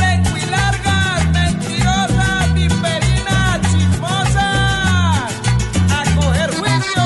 lequilargas, mentirosas, viperinas, chismosas, a coger juicio.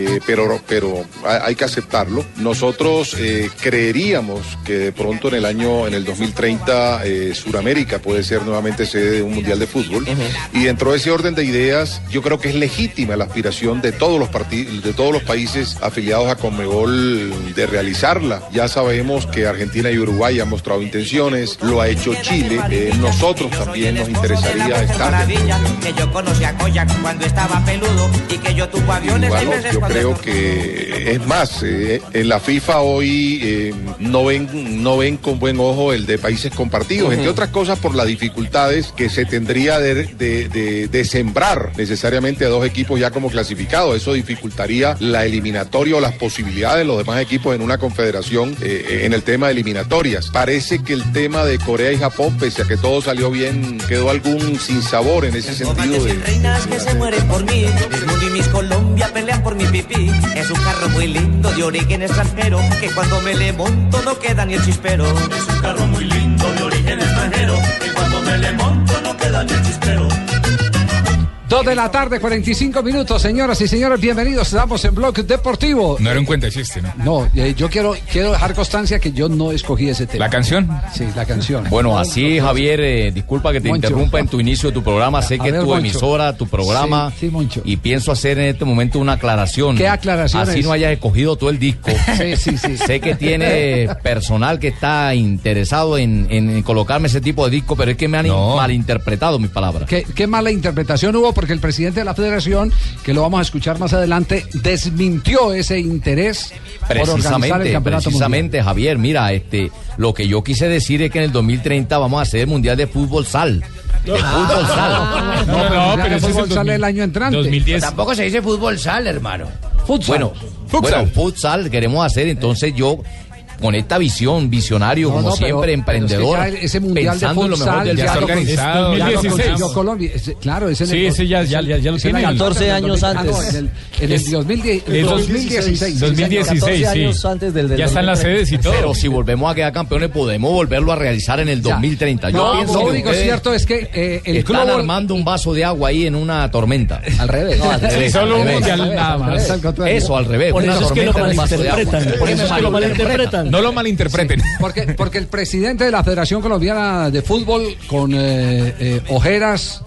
eh, pero, pero ha- hay que aceptarlo. Nosotros eh, creeríamos que de pronto en el año, en el 2030, eh, Suramérica puede ser nuevamente sede de un Mundial de Fútbol. Y dentro de ese orden de ideas, yo creo que es legítima la aspiración de todos los partidos, de todos los países afiliados a Conmebol de realizarla. Ya sabemos que Argentina y Uruguay han mostrado intenciones, lo ha hecho Chile, eh, nosotros también nos interesaría estar. dentro de Maravilla, ese que yo conocí a Koyak cuando estaba peludo y que yo tuvo aviones Igual, seis no, veces yo cuando creo estornudó. que es más, eh, en la FIFA hoy eh, no ven no ven con buen ojo el de países compartidos, entre otras cosas por las dificultades que se tendría de, de- de- de sembrar necesariamente a dos equipos ya como clasificados. Eso dificultaría la eliminatoria o las posibilidades de los demás equipos en una confederación eh, eh, en el tema de eliminatorias. Parece que el tema de Corea y Japón, pese a que todo salió bien, quedó algún sinsabor en ese Tengo más de sentido de, cien reinas que se mueren por mí. El mundo y mis Colombia pelean por mi pipí. Es un carro muy lindo de origen extranjero que cuando me le monto no queda ni el chispero. Es un carro muy lindo de origen extranjero que cuando me le monto no queda ni el chispero. Dos de la tarde, 45 minutos, señoras y señores, bienvenidos. Estamos en Blog Deportivo. No era un cuenta chiste, ¿no? No, eh, yo quiero, quiero dejar constancia que yo no escogí ese tema. La canción. Sí, la canción. Bueno, así, Javier, eh, disculpa que te Moncho. interrumpa en tu inicio de tu programa. Sé A que ver, es tu Moncho. emisora, tu programa. Sí, sí, Moncho. Y pienso hacer en este momento una aclaración. ¿Qué aclaración Así es? no hayas escogido todo el disco. Sí, sí, sí. Sé que tiene personal que está interesado en, en colocarme ese tipo de disco, pero es que me han No. malinterpretado mis palabras. Qué, qué mala interpretación hubo porque el presidente de la federación, que lo vamos a escuchar más adelante, desmintió ese interés por organizar el Precisamente, campeonato mundial. precisamente, Javier, mira, este, lo que yo quise decir es que en el 2030 vamos a hacer el Mundial de Fútbol Sal. De fútbol sal. No, pero ya el fútbol sale el año entrante. 2010. Tampoco se dice fútbol sal, hermano. Futsal. Bueno, Futsal. bueno, futsal queremos hacer, entonces yo con esta visión visionario No, como no, pero- siempre pero es que emprendedor ya ese mundial de pensando en lo mejor futsal del ya está fútbol. organizado. Ya lo 2016. consiguió Colombia. Ese- claro, ese Sí, ese ya- ya- ya- ya lo tiene. 14 años antes. Ah, En el, en el Es- 2010 Es 2016. 2016, sí. Ya están las sedes y todo. Pero si volvemos a quedar campeones podemos volverlo a realizar en el Ya. 2030. Yo No, pienso lo que único ustedes cierto es que eh, el están club armando un vaso de agua ahí en una tormenta. al revés. al revés. Sí, solo al un revés. mundial nada más. Eso al revés. Por una eso es que lo tormenta en un vaso de agua. malinterpretan. Por eso es que lo malinterpretan. No lo malinterpreten. Porque, porque el presidente de la Federación Colombiana de Fútbol con eh, eh, ojeras.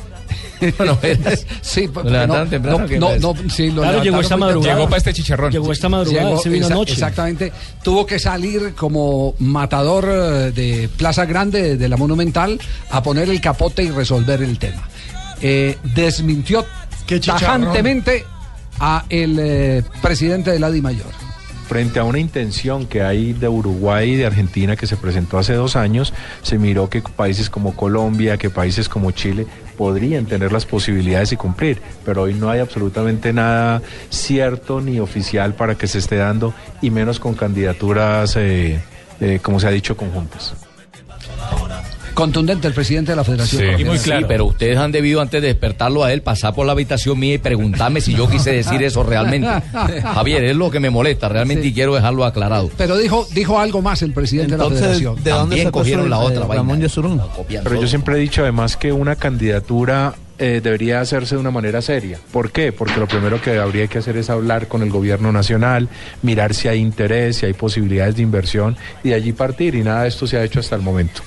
Bueno, eres- Sí, porque levantaron temprano, ¿qué no, pasa? no, sí, lo Claro, llegó levantaron esta muy madrugada. pues Llegó para este chicharrón. Llegó esta madrugada, Llegó, se vino exa- anoche. Exactamente. Tuvo que salir como matador eh, de Plaza Grande, de la Monumental, a poner el capote y resolver el tema. Eh, desmintió Qué chicharrón. tajantemente a el eh, presidente de la DIMAYOR. Frente a una intención que hay de Uruguay y de Argentina que se presentó hace dos años, se miró que países como Colombia, que países como Chile podrían tener las posibilidades y cumplir, pero hoy no hay absolutamente nada cierto ni oficial para que se esté dando, y menos con candidaturas, eh, eh, como se ha dicho, conjuntas. Contundente el presidente de la Federación. Sí. Colombiana. Y muy Sí, claro. pero ustedes han debido antes de despertarlo a él pasar por la habitación mía y preguntarme si yo quise decir eso realmente. Javier, es lo que me molesta realmente Sí. y quiero dejarlo aclarado. Pero dijo, dijo algo más el presidente de la Federación. ¿de dónde También cogieron la otra vaina. Copian Pero todo. yo siempre he dicho además que una candidatura eh, debería hacerse de una manera seria. ¿Por qué? Porque lo primero que habría que hacer es hablar con el gobierno nacional, mirar si hay interés, si hay posibilidades de inversión y de allí partir. Y nada de esto se ha hecho hasta el momento.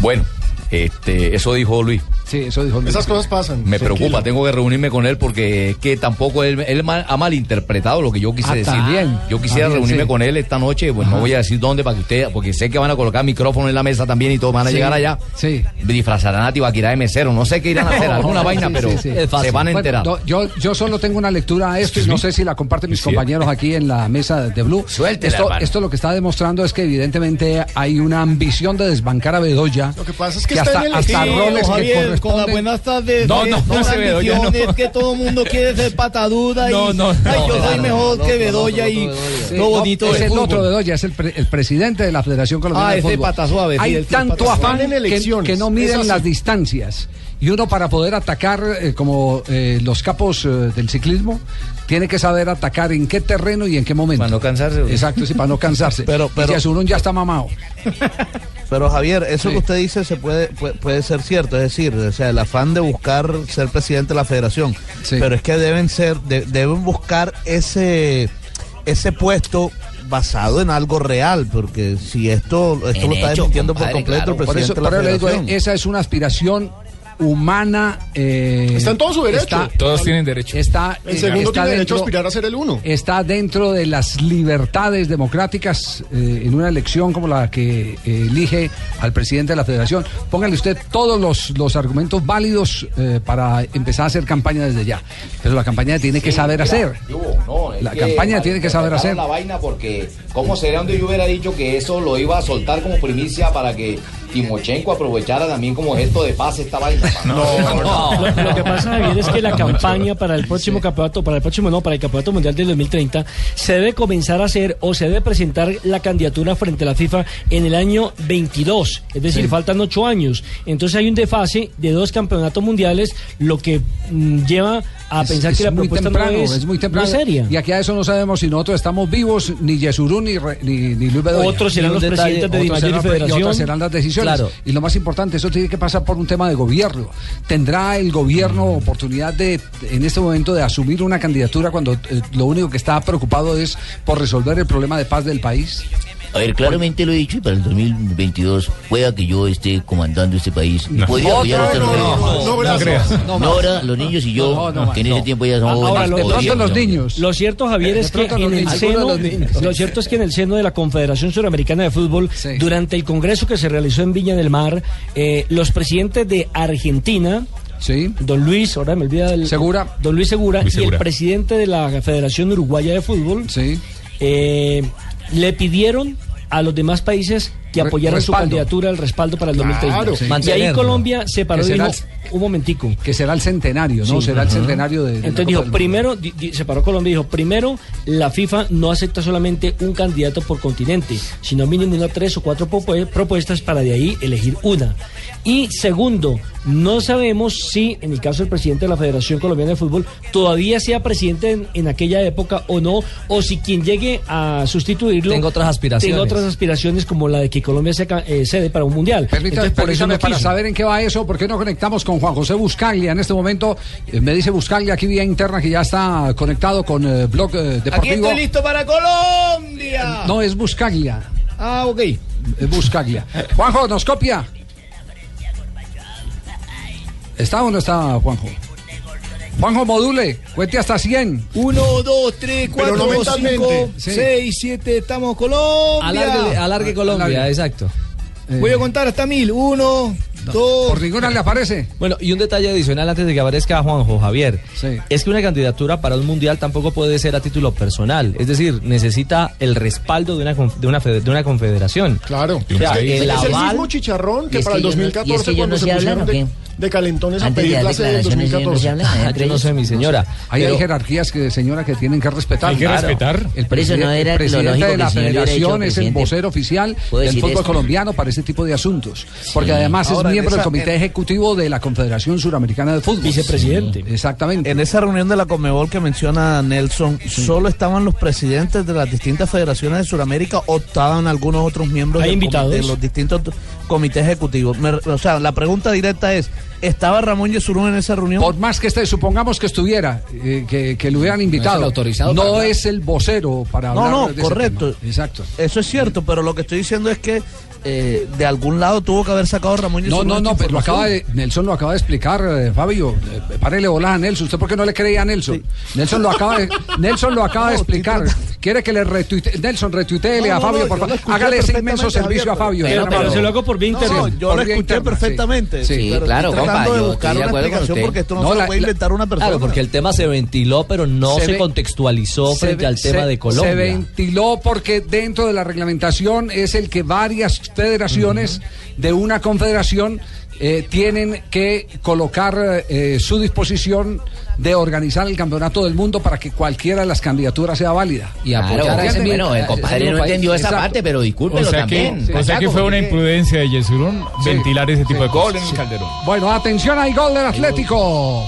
Bueno, este, eso dijo Luis. Sí, eso dijo Luis. Esas cosas pasan. Me preocupa, tengo que reunirme con él porque es que tampoco él, él mal- ha malinterpretado lo que yo quise Ah, decir. también. Yo quisiera También, reunirme sí. con él esta noche, pues no voy a decir dónde para que usted, porque sé que van a colocar micrófono en la mesa también y todos van a Sí, llegar allá. Sí. Disfrazarán a Tibaquirá de mesero, no sé qué irán a hacer, alguna Sí, vaina, sí, pero sí, sí. se van a Bueno, enterar. no, yo, yo solo tengo una lectura a esto y no sé si la comparten mis Sí. compañeros aquí en la mesa de Blue. Suéltela, esto, hermano. esto lo que está demostrando es que evidentemente hay una ambición de desbancar a Bedoya. Lo que pasa es que, está hasta, en el hasta estilo, roles Javier, que con las corresponden. buenas tardes, No, eh, no, no son se ve, oye, ambiciones no. que todo el mundo quiere ser pataduda y No, no, ay, no, yo soy no, mejor no, que no, Bedoya no, y no, no, no, Sí, lo no, bonito es del el fútbol. otro Bedoya, es el, pre- el presidente de la Federación Colombiana Ah, de ese Fútbol. pata suave, sí, Hay el que es tanto pata suave. afán Están en que, elecciones, que no es miden así. las distancias. Y uno para poder atacar eh, como eh, los capos eh, del ciclismo tiene que saber atacar en qué terreno y en qué momento. Para no cansarse, ¿o qué? Exacto, sí, para no cansarse. Pero- pero- y si Azurún ya está mamado. Pero Javier, eso Sí. que usted dice se puede, puede puede ser cierto, es decir, o sea, el afán de buscar ser presidente de la federación, Sí. pero es que deben ser de- deben buscar ese ese puesto basado en algo real, porque si esto esto En lo está hecho, desmintiendo compadre, por completo claro. el Por eso, presidente por eso de le la digo, eh, federación. esa es una aspiración humana. eh, Está en todo su derecho. Está, Todos tienen derecho. está, El eh, segundo está tiene derecho a dentro- aspirar a ser el uno. está dentro de las libertades democráticas eh, en una elección como la que eh, elige al presidente de la federación. Póngale usted todos los, los argumentos válidos eh, para empezar a hacer campaña desde ya. Pero la campaña tiene que saber Pues, hacer. La campaña tiene que saber hacer. La vaina porque, ¿cómo sería donde yo hubiera dicho que eso lo iba a soltar como primicia para que Timochenko aprovechara también como gesto de paz esta vaina? Lo, lo que pasa, Javier, es que la campaña para el próximo campeonato, para el próximo no, para el campeonato mundial del 2030, se debe comenzar a hacer o se debe presentar la candidatura frente a la FIFA en el año 22. Es decir, faltan ocho años. Entonces hay un desfase de dos campeonatos mundiales, lo que mm, lleva a Es- pensar es que la muy propuesta temprano, no es, muy no temprano. es seria. Y aquí a eso no sabemos si nosotros estamos vivos, ni Yesurún, ni, Re- ni, ni Luis Bedoya. Otros serán Ni los un presidentes de Di otros Mayor y serán- Federación. otras serán las decisiones. Claro. Y lo más importante, eso tiene que pasar por un tema de gobierno. ¿Tendrá el gobierno Mm. oportunidad de, en este momento, de asumir una candidatura cuando eh, lo único que está preocupado es por resolver el problema de paz del país? A ver, claramente lo he dicho y para el 2022 pueda que yo esté comandando este país. Y podría apoyar a no, otros no, países. no, gracias. No, ahora los niños y yo, No, no, que en ese tiempo ya somos Ah, ahora, jóvenes, lo- De Podría, pronto podríamos, los ¿no? niños. Lo cierto, Javier, De es que pronto en los el niños, algunos seno, de los niños. lo cierto es que en el seno de la Confederación Suramericana de Fútbol, Sí. durante el congreso que se realizó en Viña del Mar, eh, los presidentes de Argentina, Sí. don Luis, ahora me olvida el Segura. don Luis Segura, Luis y el Segura. presidente de la Federación Uruguaya de Fútbol, Sí. eh, le pidieron a los demás países que Re- apoyaran su respaldo. candidatura al respaldo para el 2030. Claro, sí. Y ahí Mantenerlo. Colombia se paró Que y será dijo, el- un momentico. Que será el centenario, ¿no? Sí. será el centenario de. de la Entonces Copa dijo, del Mundo. primero, di- di- se paró Colombia y dijo, primero, la FIFA no acepta solamente un candidato por continente, sino mínimo una tres o cuatro propu- propuestas para de ahí elegir una. Y segundo, no sabemos si, en el caso del presidente de la Federación Colombiana de Fútbol, todavía sea presidente en, en aquella época o no, o si quien llegue a sustituirlo... Tenga otras aspiraciones. Tenga otras aspiraciones como la de que Colombia sea ca- eh, sede para un mundial. Permítame, Entonces, por eso permítame, no para quiso. saber en qué va eso, ¿por qué no conectamos con Juan José Buscaglia en este momento? eh, me dice Buscaglia aquí vía interna que ya está conectado con eh, Blog eh, Deportivo. listo para Eh, Colombia. No, es Buscaglia. Ah, ok. Es Buscaglia. Juanjo, ¿nos copia? ¿Está o no está Juanjo? Juanjo, module, cuente hasta 100. 1, 2, 3, Pero 4, no mentalmente. 5, Sí. 6, 7, estamos Colombia. Alargue, alargue Colombia, Alargue. exacto. Voy a contar hasta mil. 1, 2, Eh, Por ninguna le aparece. Bueno, y un detalle adicional antes de que aparezca Juanjo Javier. Sí. Es que una candidatura para un mundial tampoco puede ser a título personal. Es decir, necesita el respaldo de una, conf- de una, fede- de una confederación. Claro. O sea, el es el aval- mismo chicharrón ¿Y que es para el que ellos no- y es 2014 que ellos cuando no se, se hablan, pusieron o de, de calentones a Antes de pedir las la sede del declaraciones ellos no se 2014. hablan nada Ah, entre yo no ellos. sé, mi señora. Ahí hay Pero- jerarquías que señora que tienen que respetar. Hay que respetar. El Por eso no preside- era el presidente lo lógico de la que si no le hubiera federación hecho es el presidente. vocero oficial Puedo del decir fútbol esto. colombiano para ese tipo de asuntos. Porque además Ahora, en es miembro esa- del comité en- ejecutivo de la Confederación Suramericana de Fútbol. Vicepresidente. Sí, Exactamente. En esa reunión de la Conmebol que menciona Nelson, ¿solo estaban los presidentes de las distintas federaciones de Sudamérica o estaban algunos otros miembros ¿Hay del comité- invitados? de los distintos t- comités ejecutivos? Me re- o sea, la pregunta directa es, Estaba Ramón Yesurún en esa reunión. Por más que esté, supongamos que estuviera, eh, que, que lo hubieran invitado. el autorizado No para hablar. es el vocero para No, hablar. no, de ese correcto. Exacto. Eso es cierto, pero lo que estoy diciendo es que eh, de algún lado tuvo que haber sacado Ramón No, Yesurún. no, esta no, pero lo información. acaba de, Nelson lo acaba de explicar, eh, Fabio. Eh, párele bolas a Nelson. ¿Usted por qué no le creía a Nelson? Nelson lo acaba de, Nelson lo acaba de explicar. Quiere que le retuite. Nelson, retuiteele No, a no, Fabio, no, yo por lo favor. escuché Hágale ese inmenso perfectamente, servicio a Fabio. Javier, eh, de pero- verdad. pero se lo hago por vía No, interna. yo lo escuché perfectamente, sí, claro, claro, estoy compa, tratando de yo buscar estoy de una acuerdo con explicación usted. porque esto no se lo puede inventar una persona. Claro, porque el tema se ventiló, pero no se, ve- contextualizó se frente ve- al tema se- de Se Colombia. ventiló porque dentro de la reglamentación es el que varias federaciones de una confederación eh, tienen que colocar eh, su disposición de organizar el campeonato del mundo para que cualquiera de las candidaturas sea válida. Y apoyar a ese- bueno, el compadre no entendió esa parte, pero discúlpelo O sea que, también. o sea que fue una imprudencia de Yesurún ventilar ese tipo de cosas en el Calderón. Bueno, atención, hay gol del Atlético.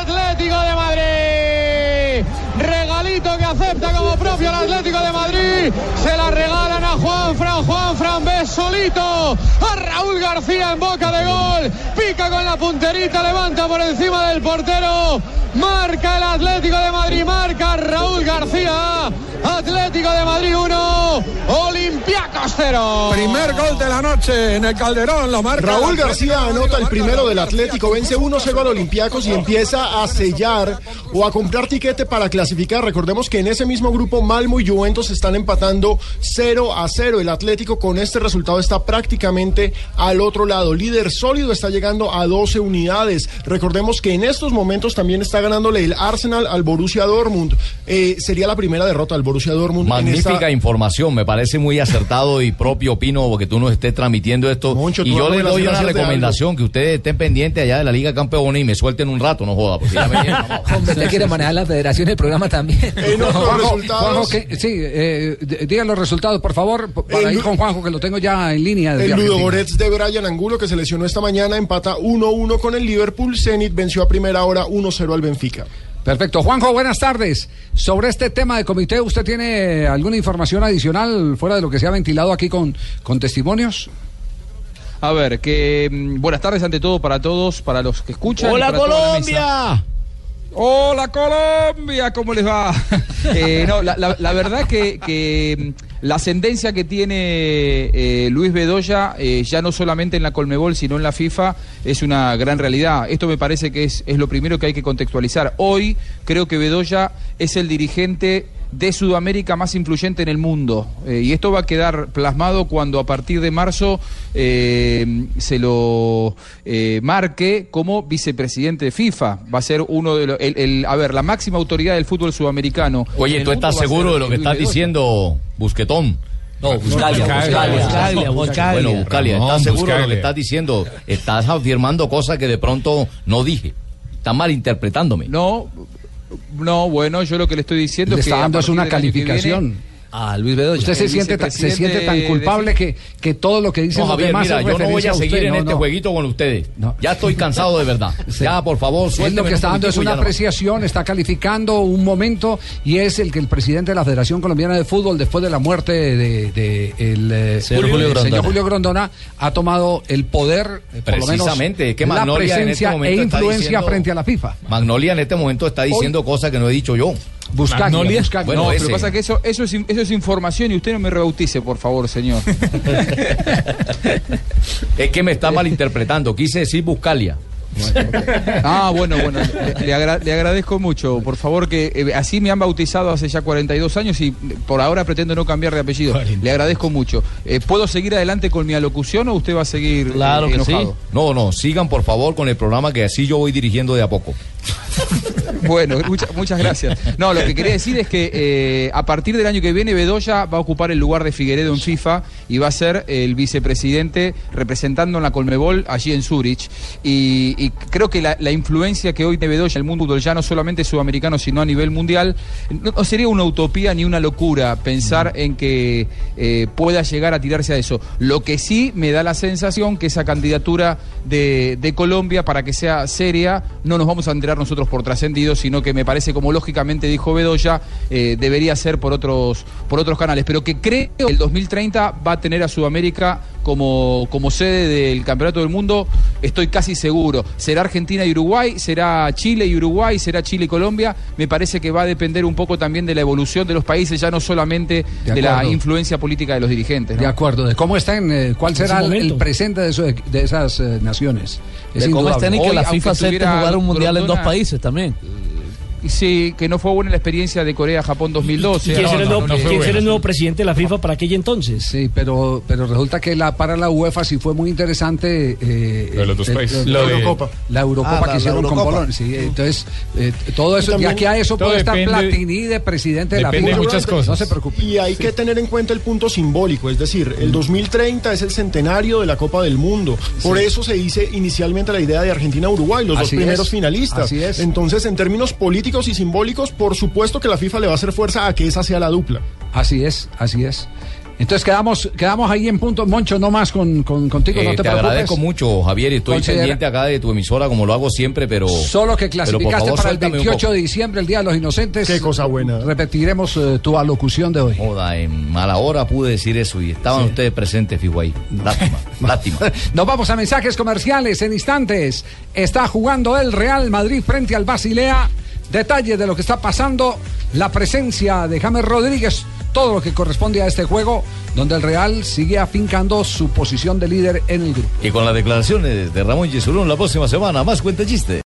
Atlético de Madrid. Regalito que acepta como propio el Atlético de Madrid. Se la regalan a Juan Fran. Juan Fran ve solito a Raúl García en boca de gol. Pica con la punterita, levanta por encima del portero. Marca el Atlético de Madrid. Marca Raúl García. Atlético de Madrid 1. Olympiacos 0. Primer gol de la noche en el Calderón, lo marca Raúl García anota el primero del Atlético, vence 1-0 al Olympiacos y empieza a sellar o a comprar tiquete para clasificar. Recordemos que en ese mismo grupo Malmo y Juventus están empatando 0 a 0. El Atlético con este resultado está prácticamente al otro lado. Líder sólido está llegando a 12 unidades. Recordemos que en estos momentos también está ganándole el Arsenal al Borussia Dortmund. Eh, sería la primera derrota al Borussia Dortmund. en esta- Magnífica información, me parece muy acertado y propio opino porque tú nos estés transmitiendo esto. y tú yo dame le las doy una gracias de recomendación, que ustedes estén pendientes allá de la Liga Campeona y me suelten un rato, no joda. Porque ya me viene, vamos. Usted quiere manejar la federación del programa también. Juanjo, Juanjo, que- sí, eh, d- digan los resultados, por favor, p- para El ir Lu- con Juanjo, que lo tengo ya en línea. desde El Argentina. Ludogorets de Brian Angulo, que se lesionó esta mañana, empata 1-1 con el Liverpool. Zenit venció a primera hora 1-0 al Benfica. Perfecto. Juanjo, buenas tardes. Sobre este tema de comité, ¿usted tiene alguna información adicional fuera de lo que se ha ventilado aquí con, con testimonios? A ver, que mm, buenas tardes ante todo para todos, para los que escuchan. y ¡Hola, para toda la mesa. Colombia! Hola Colombia, ¿cómo les va? Eh, no, la, la- la verdad que, que, mm, la ascendencia que tiene eh, Luis Bedoya, eh, ya no solamente en la Colmebol, sino en la FIFA, es una gran realidad. Esto me parece que es, es lo primero que hay que contextualizar. Hoy creo que Bedoya es el dirigente de Sudamérica más influyente en el mundo. Eh, y esto va a quedar plasmado cuando a partir de marzo eh, se lo eh, marque como vicepresidente de FIFA. Va a ser uno de los... el- el- a ver, la máxima autoridad del fútbol sudamericano. En Oye, el ¿tú mundo estás va a ser seguro de lo que Luis estás Bedoya. diciendo, Busquetón? No, Buscalia, Buscalia, Buscalia, Buscalia. Bueno, Buscalia, No, ¿estás seguro de lo que Buscalia. estás diciendo? Estás afirmando cosas que de pronto no dije. Estás malinterpretándome. No, no, bueno, yo lo que le estoy diciendo Le es que... está dando a es una partir del año que calificación. viene- Ah, Luis Bedoya. ¿Usted se el siente, tan, se vicepresidente siente tan de- culpable que, que todo lo que dicen No, los Javier, demás mira, es yo no voy referencia a usted? seguir en No, este no. jueguito con ustedes. Ya estoy cansado de verdad. Ya, por favor, Él lo suélteme que está un dando es poquitico y una ya no. apreciación, está calificando un momento y es el que el presidente de la Federación Colombiana de Fútbol, después de la muerte de, de- el eh, Señor Julio el Grondona. señor Julio Grondona, ha tomado el poder, eh, por lo menos Precisamente, que la Magnolia en este presencia e momento está influencia diciendo- frente a la FIFA. Magnolia en este momento está diciendo cosas que no he dicho yo. Buscaglia, Magnolia. Buscaglia. Bueno, no, pero ese. pasa que eso, eso, es, in- eso es información y usted no me rebautice, por favor, señor. Es que me está malinterpretando. Quise decir Buscalia. Ah, bueno, bueno, le, le agra- le agradezco mucho. Por favor, que eh, así me han bautizado hace ya 42 años y eh, por ahora pretendo no cambiar de apellido. Le agradezco mucho. Eh, ¿Puedo seguir adelante con mi alocución o usted va a seguir eh, enojado? No, no, sigan por favor con el programa que así yo voy dirigiendo de a poco. Bueno, mucha- muchas gracias. No, lo que quería decir es que eh, a partir del año que viene Bedoya va a ocupar el lugar de Figueredo en FIFA y va a ser el vicepresidente representando en la Colmebol allí en Zurich. Y, y creo que la, la influencia que hoy de Bedoya en el mundo fútbol, ya no solamente sudamericano, sino a nivel mundial, no, no sería una utopía ni una locura pensar en que eh, pueda llegar a tirarse a eso. Lo que sí me da la sensación que esa candidatura de, de Colombia, para que sea seria, no nos vamos a enterar nosotros por trascendido, sino que me parece, como lógicamente dijo Bedoya, eh, debería ser por otros, por otros canales. Pero que creo que el 2030 va a tener a Sudamérica como, como sede del Campeonato del Mundo, estoy casi seguro. Será Argentina y Uruguay, será Chile y Uruguay, será Chile y Colombia. Me parece que va a depender un poco también de la evolución de los países, ya no solamente de, De la acuerdo. influencia política de los dirigentes. ¿no? De acuerdo, de cómo están, eh, cuál ese será el- el momento. presente de, esos- de esas eh, naciones. Es De cómo indudable. están y que la FIFA acepte jugar un mundial en dos países también. Y sí, que no fue buena la experiencia de Corea-Japón 2012. ¿Y quién será el nuevo- quién será el nuevo presidente de la FIFA para aquella entonces? Sí, pero, pero resulta que la para la UEFA sí fue muy interesante. eh, Lo de los dos el- países. el- Lo la de- Eurocopa. La Eurocopa Ah, la- que la hicieron Eurocopa. con Polonia. Sí, entonces, eh, todo Y eso, también- ya que a eso todo puede estar depende- Platini de presidente de la FIFA. No se preocupe. Mm. Y hay que tener en cuenta el punto simbólico, es decir, el 2030 es el centenario de la Copa del Mundo. Por Sí. eso se dice inicialmente la idea de Argentina-Uruguay, los Así dos primeros es, finalistas. así es. Entonces, en términos políticos y simbólicos, por supuesto que la FIFA le va a hacer fuerza a que esa sea la dupla. Así es, así es. Entonces quedamos, quedamos ahí en punto. Moncho, no más con, con- contigo, Eh, no te, te preocupes. agradezco mucho, Javier, y estoy Considera- pendiente acá de tu emisora como lo hago siempre, pero. Solo que pero por clasificaste favor, para el suéltame un 28 de diciembre, el Día de los Inocentes. Qué cosa buena. Repetiremos eh, tu alocución de hoy. poco. Joda, en mala hora pude decir eso y estaban ustedes presentes, fijo ahí. Lástima, lástima. Nos vamos a mensajes comerciales en instantes. Está jugando el Real Madrid frente al Basilea. Detalles de lo que está pasando, la presencia de James Rodríguez, todo lo que corresponde a este juego, donde el Real sigue afincando su posición de líder en el grupo. Y con las declaraciones de Ramón Yesurún la próxima semana, más cuenta chiste.